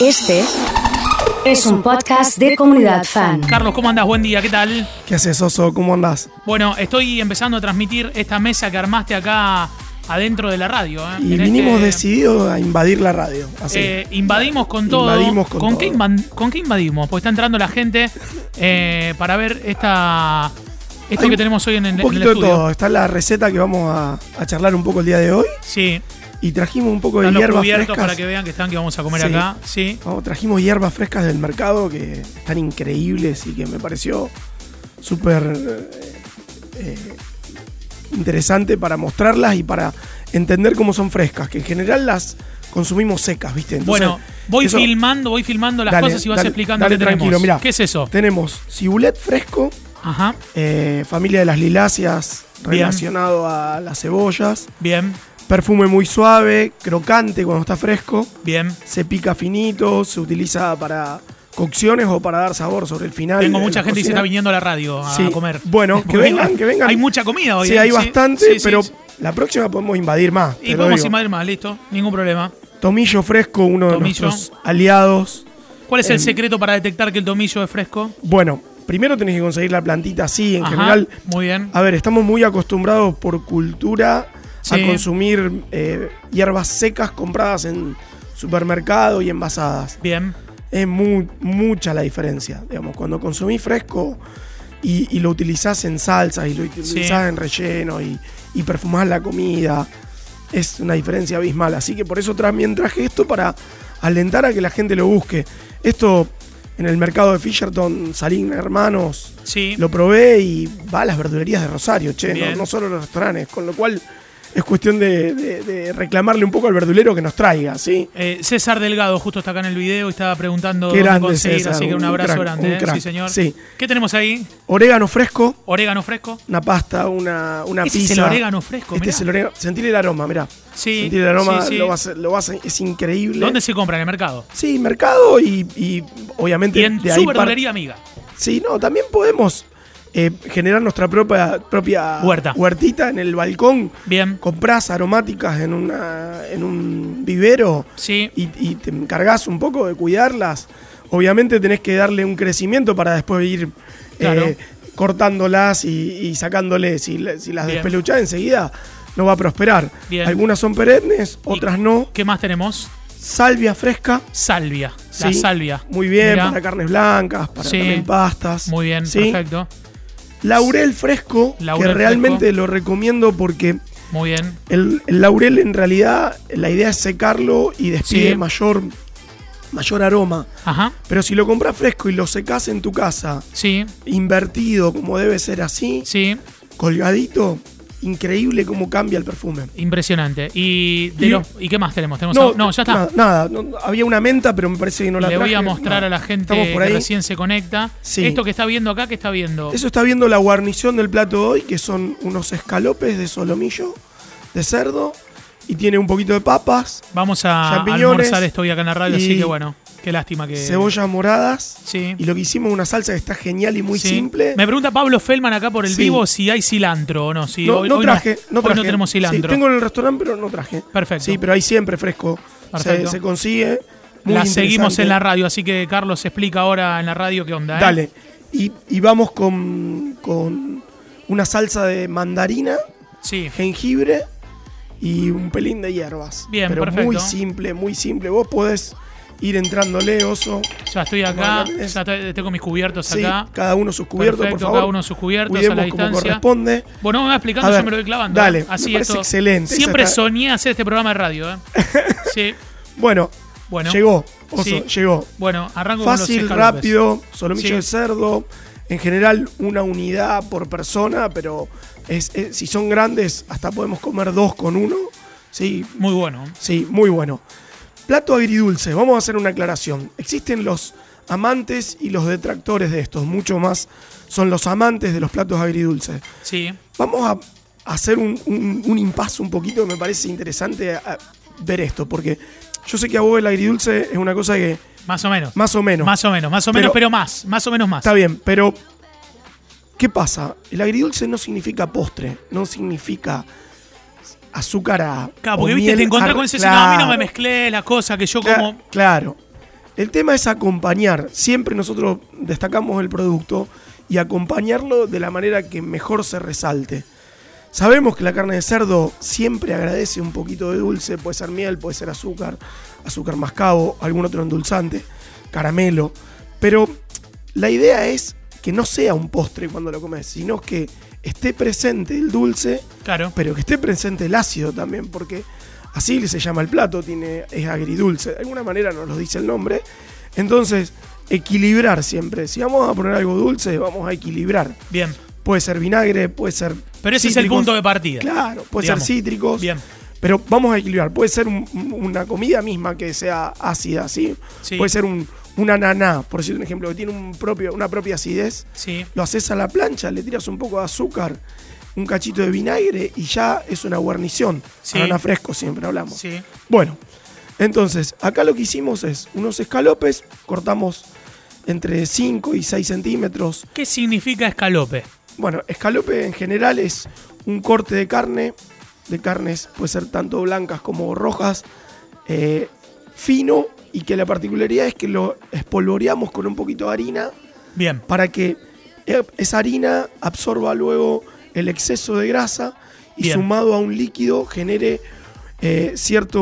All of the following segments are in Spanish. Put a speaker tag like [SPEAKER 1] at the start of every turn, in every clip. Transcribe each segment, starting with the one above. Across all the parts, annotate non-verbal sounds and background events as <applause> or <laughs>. [SPEAKER 1] Este es un podcast de comunidad fan.
[SPEAKER 2] Carlos, ¿cómo andás? Buen día, ¿qué tal?
[SPEAKER 3] ¿Qué haces, Soso? ¿Cómo andás?
[SPEAKER 2] Bueno, estoy empezando a transmitir esta mesa que armaste acá adentro de la radio. ¿eh?
[SPEAKER 3] Y
[SPEAKER 2] En
[SPEAKER 3] vinimos
[SPEAKER 2] este-
[SPEAKER 3] decididos a invadir la radio. Así.
[SPEAKER 2] eh, invadimos con todo.
[SPEAKER 3] Invadimos con
[SPEAKER 2] qué
[SPEAKER 3] todo.
[SPEAKER 2] invan- ¿Con qué invadimos? Porque está entrando la gente eh, para ver esta, esto
[SPEAKER 3] Hay
[SPEAKER 2] que tenemos hoy en, el- en
[SPEAKER 3] un
[SPEAKER 2] el
[SPEAKER 3] poquito de
[SPEAKER 2] estudio.
[SPEAKER 3] todo. Está la receta que vamos a, a charlar un poco el día de hoy.
[SPEAKER 2] Sí,
[SPEAKER 3] Y trajimos un poco de
[SPEAKER 2] están los
[SPEAKER 3] hierbas
[SPEAKER 2] cubiertos
[SPEAKER 3] frescas.
[SPEAKER 2] para que vean que están que vamos a comer
[SPEAKER 3] Sí.
[SPEAKER 2] acá. Sí.
[SPEAKER 3] Vamos, trajimos hierbas frescas del mercado que están increíbles y que me pareció súper eh, eh, interesante para mostrarlas y para entender cómo son frescas, que en general las consumimos secas, ¿viste? Entonces,
[SPEAKER 2] bueno, voy
[SPEAKER 3] eso-
[SPEAKER 2] filmando, voy filmando las
[SPEAKER 3] dale,
[SPEAKER 2] cosas y vas
[SPEAKER 3] dale,
[SPEAKER 2] explicando
[SPEAKER 3] dale
[SPEAKER 2] qué tenemos.
[SPEAKER 3] tranquilo, mirá.
[SPEAKER 2] ¿Qué es eso?
[SPEAKER 3] Tenemos cibulet fresco,
[SPEAKER 2] Ajá.
[SPEAKER 3] eh, familia de las liláceas
[SPEAKER 2] Bien.
[SPEAKER 3] relacionado a las cebollas,
[SPEAKER 2] Bien,
[SPEAKER 3] perfume muy suave, crocante cuando está fresco,
[SPEAKER 2] bien.
[SPEAKER 3] se pica finito, se utiliza para cocciones o para dar sabor sobre el final.
[SPEAKER 2] Tengo
[SPEAKER 3] de
[SPEAKER 2] mucha
[SPEAKER 3] la
[SPEAKER 2] gente que se
[SPEAKER 3] cocina.
[SPEAKER 2] está viniendo a la radio a
[SPEAKER 3] Sí.
[SPEAKER 2] comer.
[SPEAKER 3] Bueno, que vengan, que vengan.
[SPEAKER 2] Hay mucha comida hoy.
[SPEAKER 3] Sí,
[SPEAKER 2] ¿eh?
[SPEAKER 3] hay bastante,
[SPEAKER 2] Sí, sí,
[SPEAKER 3] pero
[SPEAKER 2] sí.
[SPEAKER 3] la próxima podemos invadir más. te
[SPEAKER 2] Y
[SPEAKER 3] lo
[SPEAKER 2] podemos
[SPEAKER 3] digo.
[SPEAKER 2] invadir más, listo. Ningún problema.
[SPEAKER 3] Tomillo fresco, uno
[SPEAKER 2] Tomillo.
[SPEAKER 3] de nuestros aliados.
[SPEAKER 2] ¿Cuál es el
[SPEAKER 3] Em,
[SPEAKER 2] secreto para detectar que el tomillo es fresco?
[SPEAKER 3] Bueno, primero tenés que conseguir la plantita así, en
[SPEAKER 2] Ajá,
[SPEAKER 3] general.
[SPEAKER 2] Muy bien.
[SPEAKER 3] A ver, estamos muy acostumbrados por cultura
[SPEAKER 2] Sí.
[SPEAKER 3] a consumir eh, hierbas secas compradas en supermercado y envasadas.
[SPEAKER 2] Bien.
[SPEAKER 3] Es mu- mucha la diferencia, digamos, cuando consumís fresco y, y lo utilizás en salsas y lo utilizás en relleno y, y perfumás la comida, es una diferencia abismal. Así que por eso también traje esto para alentar a que la gente lo busque. Esto en el mercado de Fisherton, Salín Hermanos,
[SPEAKER 2] Sí.
[SPEAKER 3] lo probé y va a las verdulerías de Rosario, che, no,
[SPEAKER 2] Bien.
[SPEAKER 3] no solo los restaurantes, con lo cual es cuestión de, de- de reclamarle un poco al verdulero que nos traiga, ¿sí?
[SPEAKER 2] Eh, César Delgado justo está acá en el video y estaba preguntando
[SPEAKER 3] Qué
[SPEAKER 2] dónde
[SPEAKER 3] grande,
[SPEAKER 2] conseguir,
[SPEAKER 3] César,
[SPEAKER 2] así que un
[SPEAKER 3] un
[SPEAKER 2] abrazo
[SPEAKER 3] crack,
[SPEAKER 2] grande,
[SPEAKER 3] un
[SPEAKER 2] ¿eh?
[SPEAKER 3] crack.
[SPEAKER 2] sí señor.
[SPEAKER 3] Sí.
[SPEAKER 2] ¿Qué tenemos ahí?
[SPEAKER 3] Orégano fresco,
[SPEAKER 2] ¿Orégano fresco?
[SPEAKER 3] una pasta, una, una
[SPEAKER 2] Ese es
[SPEAKER 3] pizza.
[SPEAKER 2] el orégano fresco,
[SPEAKER 3] Este
[SPEAKER 2] mirá.
[SPEAKER 3] es el orégano. Sentir el aroma, mirá.
[SPEAKER 2] Sí,
[SPEAKER 3] Sentir el aroma,
[SPEAKER 2] sí, sí.
[SPEAKER 3] Lo vas, a- lo vas a- es increíble.
[SPEAKER 2] ¿Dónde se compra? En el mercado.
[SPEAKER 3] Sí, mercado y, y obviamente
[SPEAKER 2] Y en
[SPEAKER 3] de
[SPEAKER 2] su
[SPEAKER 3] ahí par-
[SPEAKER 2] verdulería amiga.
[SPEAKER 3] Sí, no, también podemos eh, generar nuestra propia, propia
[SPEAKER 2] Huerta.
[SPEAKER 3] huertita en el balcón.
[SPEAKER 2] Bien.
[SPEAKER 3] Comprás aromáticas en, una, en un vivero
[SPEAKER 2] Sí.
[SPEAKER 3] y, y te encargás un poco de cuidarlas. Obviamente tenés que darle un crecimiento para después ir
[SPEAKER 2] Claro.
[SPEAKER 3] eh, cortándolas y, y sacándoles. Si, la- si las
[SPEAKER 2] Bien.
[SPEAKER 3] despeluchás enseguida, no va a prosperar.
[SPEAKER 2] Bien.
[SPEAKER 3] Algunas son perennes, otras no.
[SPEAKER 2] ¿Qué más tenemos?
[SPEAKER 3] Salvia fresca.
[SPEAKER 2] Salvia. La
[SPEAKER 3] sí,
[SPEAKER 2] salvia.
[SPEAKER 3] Muy bien,
[SPEAKER 2] Mirá.
[SPEAKER 3] para carnes blancas, para
[SPEAKER 2] Sí.
[SPEAKER 3] también pastas.
[SPEAKER 2] Muy bien,
[SPEAKER 3] ¿sí?
[SPEAKER 2] perfecto.
[SPEAKER 3] Laurel fresco,
[SPEAKER 2] Laurel
[SPEAKER 3] que realmente
[SPEAKER 2] fresco.
[SPEAKER 3] lo recomiendo porque
[SPEAKER 2] Muy bien.
[SPEAKER 3] el, el laurel en realidad la idea es secarlo y despide
[SPEAKER 2] Sí.
[SPEAKER 3] mayor, mayor aroma.
[SPEAKER 2] Ajá.
[SPEAKER 3] Pero si lo compras fresco y lo secás en tu casa,
[SPEAKER 2] Sí.
[SPEAKER 3] invertido como debe ser así,
[SPEAKER 2] Sí.
[SPEAKER 3] colgadito, increíble cómo cambia el perfume.
[SPEAKER 2] Impresionante. ¿Y, de
[SPEAKER 3] Y-
[SPEAKER 2] los, ¿y qué más tenemos? ¿Tenemos algo? no, ya está.
[SPEAKER 3] Nada, nada, no- había una menta, pero me parece que no la
[SPEAKER 2] Le voy a
[SPEAKER 3] traje.
[SPEAKER 2] mostrar
[SPEAKER 3] Nada,
[SPEAKER 2] a la gente
[SPEAKER 3] Estamos por
[SPEAKER 2] que
[SPEAKER 3] ahí.
[SPEAKER 2] recién se conecta.
[SPEAKER 3] Sí.
[SPEAKER 2] Esto que está viendo acá, que está viendo?
[SPEAKER 3] Eso está viendo la guarnición del plato hoy, que son unos escalopes de solomillo, de cerdo, y tiene un poquito de papas,
[SPEAKER 2] Vamos a
[SPEAKER 3] champiñones
[SPEAKER 2] almorzar esto hoy acá en la radio, así
[SPEAKER 3] y
[SPEAKER 2] que bueno, qué lástima que.
[SPEAKER 3] cebollas moradas.
[SPEAKER 2] Eh, Sí.
[SPEAKER 3] Y lo que hicimos es una salsa que está genial y muy
[SPEAKER 2] Sí.
[SPEAKER 3] simple.
[SPEAKER 2] Me pregunta Pablo Feldman acá por el
[SPEAKER 3] Sí.
[SPEAKER 2] vivo si hay cilantro o no. Si
[SPEAKER 3] no,
[SPEAKER 2] hoy,
[SPEAKER 3] no
[SPEAKER 2] hoy
[SPEAKER 3] traje, no,
[SPEAKER 2] hoy
[SPEAKER 3] traje.
[SPEAKER 2] tenemos cilantro.
[SPEAKER 3] Sí, tengo en el restaurante, pero no traje.
[SPEAKER 2] Perfecto.
[SPEAKER 3] Sí, pero ahí siempre fresco. Se,
[SPEAKER 2] Perfecto.
[SPEAKER 3] se consigue. Muy
[SPEAKER 2] la seguimos
[SPEAKER 3] interesante.
[SPEAKER 2] en la radio, así que Carlos explica ahora en la radio qué onda. ¿eh?
[SPEAKER 3] Dale. Y, y vamos con, con una salsa de mandarina,
[SPEAKER 2] Sí.
[SPEAKER 3] jengibre y un pelín de hierbas.
[SPEAKER 2] Bien,
[SPEAKER 3] pero
[SPEAKER 2] perfecto.
[SPEAKER 3] Muy simple, muy simple. Vos podés ir entrándole, oso.
[SPEAKER 2] Ya estoy acá,
[SPEAKER 3] Bueno, es-
[SPEAKER 2] ya te- tengo mis cubiertos
[SPEAKER 3] Sí,
[SPEAKER 2] acá.
[SPEAKER 3] cada uno sus cubiertos, por
[SPEAKER 2] Perfecto,
[SPEAKER 3] favor.
[SPEAKER 2] cada uno sus cubiertos a la
[SPEAKER 3] Cuidemos como
[SPEAKER 2] distancia.
[SPEAKER 3] corresponde.
[SPEAKER 2] Bueno, me va explicando,
[SPEAKER 3] A
[SPEAKER 2] yo
[SPEAKER 3] ver,
[SPEAKER 2] me lo voy clavando.
[SPEAKER 3] dale,
[SPEAKER 2] ¿eh? Así
[SPEAKER 3] me parece
[SPEAKER 2] esto-
[SPEAKER 3] excelente, esa
[SPEAKER 2] Siempre
[SPEAKER 3] está-
[SPEAKER 2] soñé hacer este programa de radio. ¿eh?
[SPEAKER 3] <laughs>
[SPEAKER 2] Sí.
[SPEAKER 3] Bueno,
[SPEAKER 2] Bueno.
[SPEAKER 3] llegó, oso,
[SPEAKER 2] Sí.
[SPEAKER 3] llegó.
[SPEAKER 2] Bueno, arranco con los
[SPEAKER 3] Fácil,
[SPEAKER 2] escalopes.
[SPEAKER 3] rápido, solomillo
[SPEAKER 2] Sí.
[SPEAKER 3] de cerdo. En general, una unidad por persona, pero es- es- si son grandes, hasta podemos comer dos con uno. Sí,
[SPEAKER 2] Muy bueno.
[SPEAKER 3] sí, muy bueno. Plato agridulce, vamos a hacer una aclaración. Existen los amantes y los detractores de estos, mucho más son los amantes de los platos agridulces.
[SPEAKER 2] Sí.
[SPEAKER 3] Vamos a hacer un, un, un impasse un poquito, me parece interesante a- a ver esto, porque yo sé que a vos el agridulce es una cosa que
[SPEAKER 2] Más o menos.
[SPEAKER 3] más o menos.
[SPEAKER 2] Más o menos, más o
[SPEAKER 3] Pero-
[SPEAKER 2] menos, pero más. Más o menos más.
[SPEAKER 3] Está bien, pero ¿qué pasa? El agridulce no significa postre, no significa azúcar a.
[SPEAKER 2] Claro,
[SPEAKER 3] o
[SPEAKER 2] porque viste,
[SPEAKER 3] miel
[SPEAKER 2] te encontrás
[SPEAKER 3] a-
[SPEAKER 2] con ese
[SPEAKER 3] claro,
[SPEAKER 2] no, a mí no me mezclé las cosas que yo
[SPEAKER 3] cla-
[SPEAKER 2] como.
[SPEAKER 3] Claro. El tema es acompañar. Siempre nosotros destacamos el producto y acompañarlo de la manera que mejor se resalte. Sabemos que la carne de cerdo siempre agradece un poquito de dulce, puede ser miel, puede ser azúcar, azúcar mascabo, algún otro endulzante, caramelo, pero la idea es que no sea un postre cuando lo comes, sino que esté presente el dulce,
[SPEAKER 2] Claro.
[SPEAKER 3] pero que esté presente el ácido también, porque así se llama el plato, tiene, es agridulce, de alguna manera nos lo dice el nombre. Entonces, equilibrar siempre. Si vamos a poner algo dulce, vamos a equilibrar.
[SPEAKER 2] Bien.
[SPEAKER 3] Puede ser vinagre, puede ser.
[SPEAKER 2] Pero ese es el punto de partida.
[SPEAKER 3] Claro, puede
[SPEAKER 2] Digamos.
[SPEAKER 3] ser cítricos.
[SPEAKER 2] Bien.
[SPEAKER 3] Pero vamos a equilibrar. Puede ser un- una comida misma que sea ácida, ¿sí?
[SPEAKER 2] Sí.
[SPEAKER 3] Puede ser un, un ananá, por decir un ejemplo, que tiene un propio, una propia acidez.
[SPEAKER 2] Sí.
[SPEAKER 3] Lo haces a la plancha, le tiras un poco de azúcar, un cachito de vinagre y ya es una guarnición.
[SPEAKER 2] Sí.
[SPEAKER 3] Ananá fresco siempre hablamos.
[SPEAKER 2] Sí.
[SPEAKER 3] Bueno, entonces, acá lo que hicimos es unos escalopes, cortamos entre 5 y 6 centímetros
[SPEAKER 2] ¿Qué significa escalope?
[SPEAKER 3] bueno, escalope en general es un corte de carne, de carnes puede ser tanto blancas como rojas, eh, fino y que la particularidad es que lo espolvoreamos con un poquito de harina
[SPEAKER 2] Bien.
[SPEAKER 3] para que eh, esa harina absorba luego el exceso de grasa y
[SPEAKER 2] Bien.
[SPEAKER 3] sumado a un líquido genere eh, cierta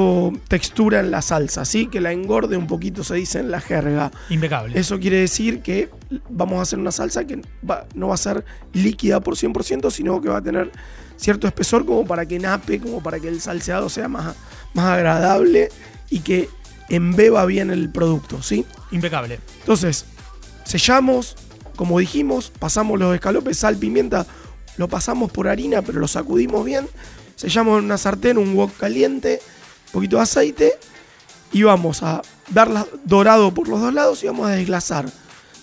[SPEAKER 3] textura en la salsa, ¿sí? que la engorde un poquito, se dice en la jerga.
[SPEAKER 2] Impecable.
[SPEAKER 3] Eso quiere decir que vamos a hacer una salsa que va- no va a ser líquida por 100%, sino que va a tener cierto espesor como para que nape, como para que el salseado sea más, más agradable y que embeba bien el producto, ¿sí?
[SPEAKER 2] Impecable.
[SPEAKER 3] Entonces, sellamos, como dijimos, pasamos los escalopes, sal, pimienta, lo pasamos por harina, pero lo sacudimos bien, sellamos en una sartén, un wok caliente, un poquito de aceite y vamos a darla dorado por los dos lados y vamos a desglasar.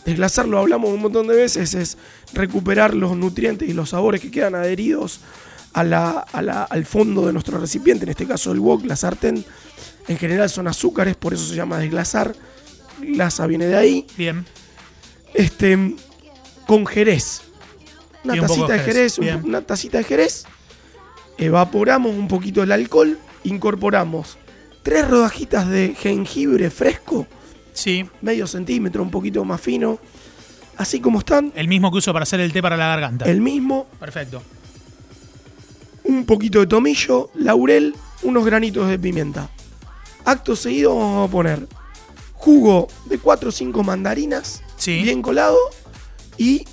[SPEAKER 3] Desglasar lo hablamos un montón de veces, es recuperar los nutrientes y los sabores que quedan adheridos a la- a la- al fondo de nuestro recipiente, en este caso el wok, la sartén. En general son azúcares, por eso se llama desglasar. Glasa viene de ahí
[SPEAKER 2] Bien.
[SPEAKER 3] este, con jerez. Una
[SPEAKER 2] Y un poco
[SPEAKER 3] tacita de
[SPEAKER 2] de jerez,
[SPEAKER 3] jerez, un-
[SPEAKER 2] bien.
[SPEAKER 3] una tacita de jerez. Evaporamos un poquito el alcohol, incorporamos tres rodajitas de jengibre fresco,
[SPEAKER 2] Sí.
[SPEAKER 3] medio centímetro, un poquito más fino, así como están,
[SPEAKER 2] El mismo que uso para hacer el té para la garganta.
[SPEAKER 3] el mismo,
[SPEAKER 2] Perfecto.
[SPEAKER 3] un poquito de tomillo, laurel, unos granitos de pimienta. Acto seguido vamos a poner jugo de 4 o 5 mandarinas,
[SPEAKER 2] Sí.
[SPEAKER 3] bien colado, y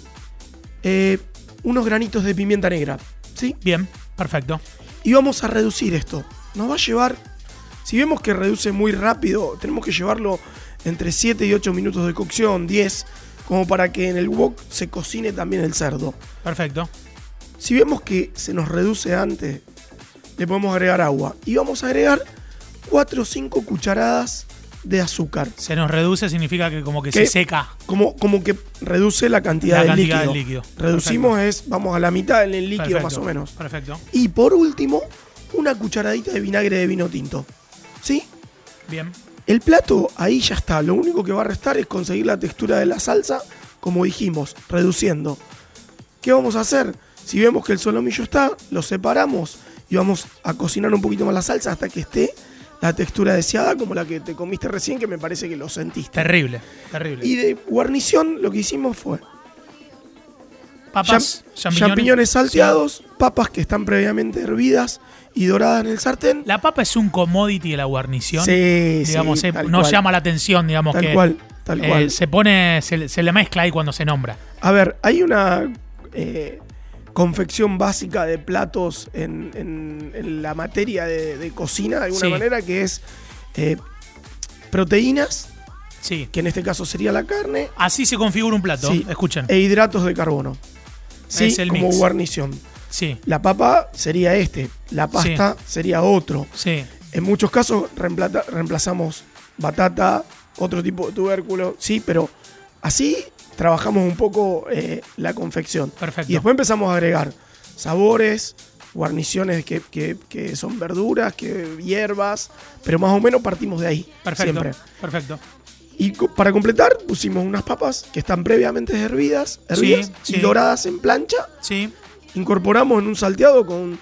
[SPEAKER 3] eh, unos granitos de pimienta negra. ¿sí?
[SPEAKER 2] Bien. Perfecto.
[SPEAKER 3] Y vamos a reducir esto. Nos va a llevar, si vemos que reduce muy rápido, tenemos que llevarlo entre 7 y 8 minutos de cocción, 10, como para que en el wok se cocine también el cerdo.
[SPEAKER 2] Perfecto.
[SPEAKER 3] Si vemos que se nos reduce antes, le podemos agregar agua. Y vamos a agregar 4 o 5 cucharadas de azúcar.
[SPEAKER 2] Se nos reduce significa que como que
[SPEAKER 3] ¿Qué?
[SPEAKER 2] se seca.
[SPEAKER 3] Como, como que reduce la cantidad,
[SPEAKER 2] La
[SPEAKER 3] del,
[SPEAKER 2] cantidad
[SPEAKER 3] líquido.
[SPEAKER 2] del líquido.
[SPEAKER 3] Reducimos es, vamos a la mitad en el líquido
[SPEAKER 2] Perfecto.
[SPEAKER 3] más o menos.
[SPEAKER 2] Perfecto.
[SPEAKER 3] Y por último, una cucharadita de vinagre de vino tinto. ¿Sí?
[SPEAKER 2] Bien.
[SPEAKER 3] El plato ahí ya está. Lo único que va a restar es conseguir la textura de la salsa, como dijimos, reduciendo. ¿Qué vamos a hacer? Si vemos que el solomillo está, lo separamos y vamos a cocinar un poquito más la salsa hasta que esté la textura deseada, como la que te comiste recién, que me parece que lo sentiste.
[SPEAKER 2] Terrible. Terrible.
[SPEAKER 3] Y de guarnición lo que hicimos fue
[SPEAKER 2] Papas,
[SPEAKER 3] Cham-
[SPEAKER 2] champiñones.
[SPEAKER 3] salteados, papas que están previamente hervidas y doradas en el sartén.
[SPEAKER 2] La papa es un commodity de la guarnición.
[SPEAKER 3] Sí,
[SPEAKER 2] digamos,
[SPEAKER 3] sí,
[SPEAKER 2] eh,
[SPEAKER 3] tal
[SPEAKER 2] no
[SPEAKER 3] cual.
[SPEAKER 2] llama la atención, digamos
[SPEAKER 3] Tal
[SPEAKER 2] que
[SPEAKER 3] cual, tal
[SPEAKER 2] eh,
[SPEAKER 3] cual.
[SPEAKER 2] se pone, se, le- se le mezcla ahí cuando se nombra.
[SPEAKER 3] A ver, hay una eh, confección básica de platos en, en- en la materia de, de cocina, de alguna
[SPEAKER 2] Sí.
[SPEAKER 3] manera, que es eh, proteínas,
[SPEAKER 2] Sí.
[SPEAKER 3] que en este caso sería la carne,
[SPEAKER 2] Así se configura un plato.
[SPEAKER 3] sí,
[SPEAKER 2] Escuchen.
[SPEAKER 3] e hidratos de carbono. Sí,
[SPEAKER 2] Es el
[SPEAKER 3] como
[SPEAKER 2] mix.
[SPEAKER 3] guarnición.
[SPEAKER 2] sí,
[SPEAKER 3] La papa sería este, la pasta sería otro.
[SPEAKER 2] sí.
[SPEAKER 3] En muchos casos reemplata- reemplazamos batata, otro tipo de tubérculo, sí, pero así trabajamos un poco eh, la confección.
[SPEAKER 2] Perfecto.
[SPEAKER 3] Y después empezamos a agregar sabores, guarniciones que, que- que son verduras, que hierbas, pero más o menos partimos de ahí.
[SPEAKER 2] Perfecto.
[SPEAKER 3] Siempre.
[SPEAKER 2] Perfecto.
[SPEAKER 3] Y co- para completar pusimos unas papas que están previamente hervidas, hervidas
[SPEAKER 2] Sí,
[SPEAKER 3] y
[SPEAKER 2] sí.
[SPEAKER 3] doradas en plancha
[SPEAKER 2] Sí.
[SPEAKER 3] incorporamos en un salteado con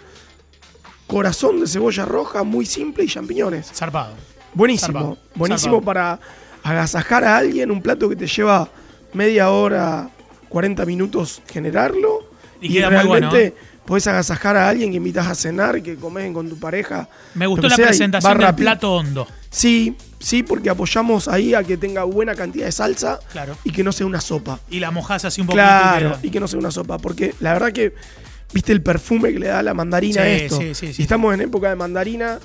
[SPEAKER 3] corazón de cebolla roja muy simple y champiñones.
[SPEAKER 2] Zarpado.
[SPEAKER 3] Buenísimo,
[SPEAKER 2] Zarpado,
[SPEAKER 3] buenísimo
[SPEAKER 2] zarpado.
[SPEAKER 3] para agasajar a alguien, un plato que te lleva media hora, 40 minutos generarlo.
[SPEAKER 2] Y
[SPEAKER 3] Y,
[SPEAKER 2] queda muy
[SPEAKER 3] realmente
[SPEAKER 2] bueno, ¿eh?
[SPEAKER 3] podés agasajar a alguien que invitas a cenar, que comen con tu pareja.
[SPEAKER 2] Me
[SPEAKER 3] lo
[SPEAKER 2] gustó
[SPEAKER 3] que
[SPEAKER 2] la
[SPEAKER 3] sea, y va
[SPEAKER 2] presentación del
[SPEAKER 3] rápido.
[SPEAKER 2] plato hondo.
[SPEAKER 3] Sí, sí, porque apoyamos ahí a que tenga buena cantidad de salsa
[SPEAKER 2] Claro.
[SPEAKER 3] y que no sea una sopa.
[SPEAKER 2] Y la mojás así un poquito. y
[SPEAKER 3] Claro,
[SPEAKER 2] queda-
[SPEAKER 3] y que no sea una sopa, porque la verdad que, viste el perfume que le da la
[SPEAKER 2] Sí,
[SPEAKER 3] mandarina a esto.
[SPEAKER 2] sí, sí, sí.
[SPEAKER 3] Y estamos en época de mandarina,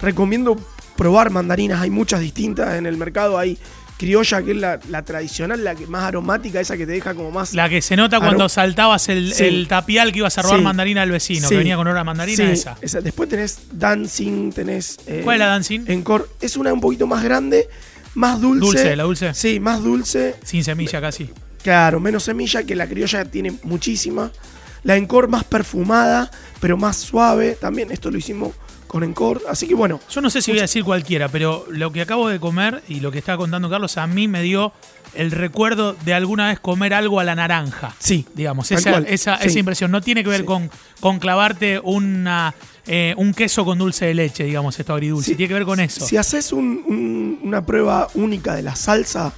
[SPEAKER 3] recomiendo probar mandarinas, hay muchas distintas en el mercado, hay criolla, que es la, la tradicional, la que más aromática, esa que te deja como más...
[SPEAKER 2] La que se nota cuando
[SPEAKER 3] Aro-
[SPEAKER 2] saltabas el,
[SPEAKER 3] Sí.
[SPEAKER 2] el tapial que ibas a robar
[SPEAKER 3] Sí.
[SPEAKER 2] mandarina al vecino,
[SPEAKER 3] Sí.
[SPEAKER 2] que venía con olor a mandarina,
[SPEAKER 3] Sí,
[SPEAKER 2] esa.
[SPEAKER 3] Después tenés dancing, tenés... eh,
[SPEAKER 2] ¿Cuál es la dancing?
[SPEAKER 3] Encore. Es una un poquito más grande, más dulce.
[SPEAKER 2] Dulce, la dulce.
[SPEAKER 3] Sí, más dulce.
[SPEAKER 2] Sin semilla casi.
[SPEAKER 3] Claro, menos semilla, que la criolla tiene muchísima. La Encore más perfumada, pero más suave. También esto lo hicimos con Encore. Así que bueno,
[SPEAKER 2] Yo no sé si voy a decir cualquiera, pero lo que acabo de comer y lo que estaba contando Carlos a mí me dio el recuerdo de alguna vez comer algo a la naranja.
[SPEAKER 3] Sí,
[SPEAKER 2] Digamos,
[SPEAKER 3] tal
[SPEAKER 2] esa,
[SPEAKER 3] cual,
[SPEAKER 2] esa,
[SPEAKER 3] sí.
[SPEAKER 2] esa impresión. No tiene que ver
[SPEAKER 3] Sí.
[SPEAKER 2] con, con clavarte una, eh, un queso con dulce de leche, digamos, esto agridulce.
[SPEAKER 3] Sí.
[SPEAKER 2] Tiene que ver con eso.
[SPEAKER 3] si haces un- un- una prueba única de la salsa,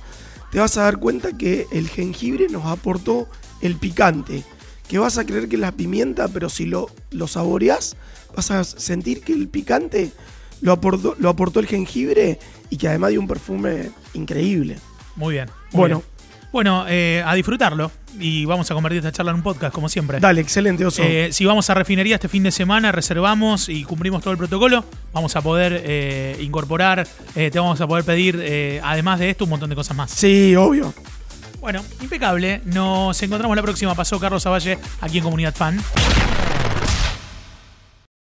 [SPEAKER 3] te vas a dar cuenta que el jengibre nos aportó el picante. Que vas a creer que es la pimienta, pero si lo, lo saboreás, vas a sentir que el picante lo aportó, lo aportó el jengibre y que además dio un perfume increíble.
[SPEAKER 2] Muy bien. muy
[SPEAKER 3] Bueno.
[SPEAKER 2] bien. Bueno, eh, a disfrutarlo. Y vamos a convertir esta charla en un podcast, como siempre.
[SPEAKER 3] Dale, excelente, Oso.
[SPEAKER 2] Eh, si vamos a refinería este fin de semana, reservamos y cumplimos todo el protocolo, vamos a poder eh, incorporar, eh, te vamos a poder pedir, eh, además de esto, un montón de cosas más.
[SPEAKER 3] sí, obvio.
[SPEAKER 2] Bueno, impecable. Nos encontramos la próxima. Pasó Carlos Avalle aquí en Comunidad Fan.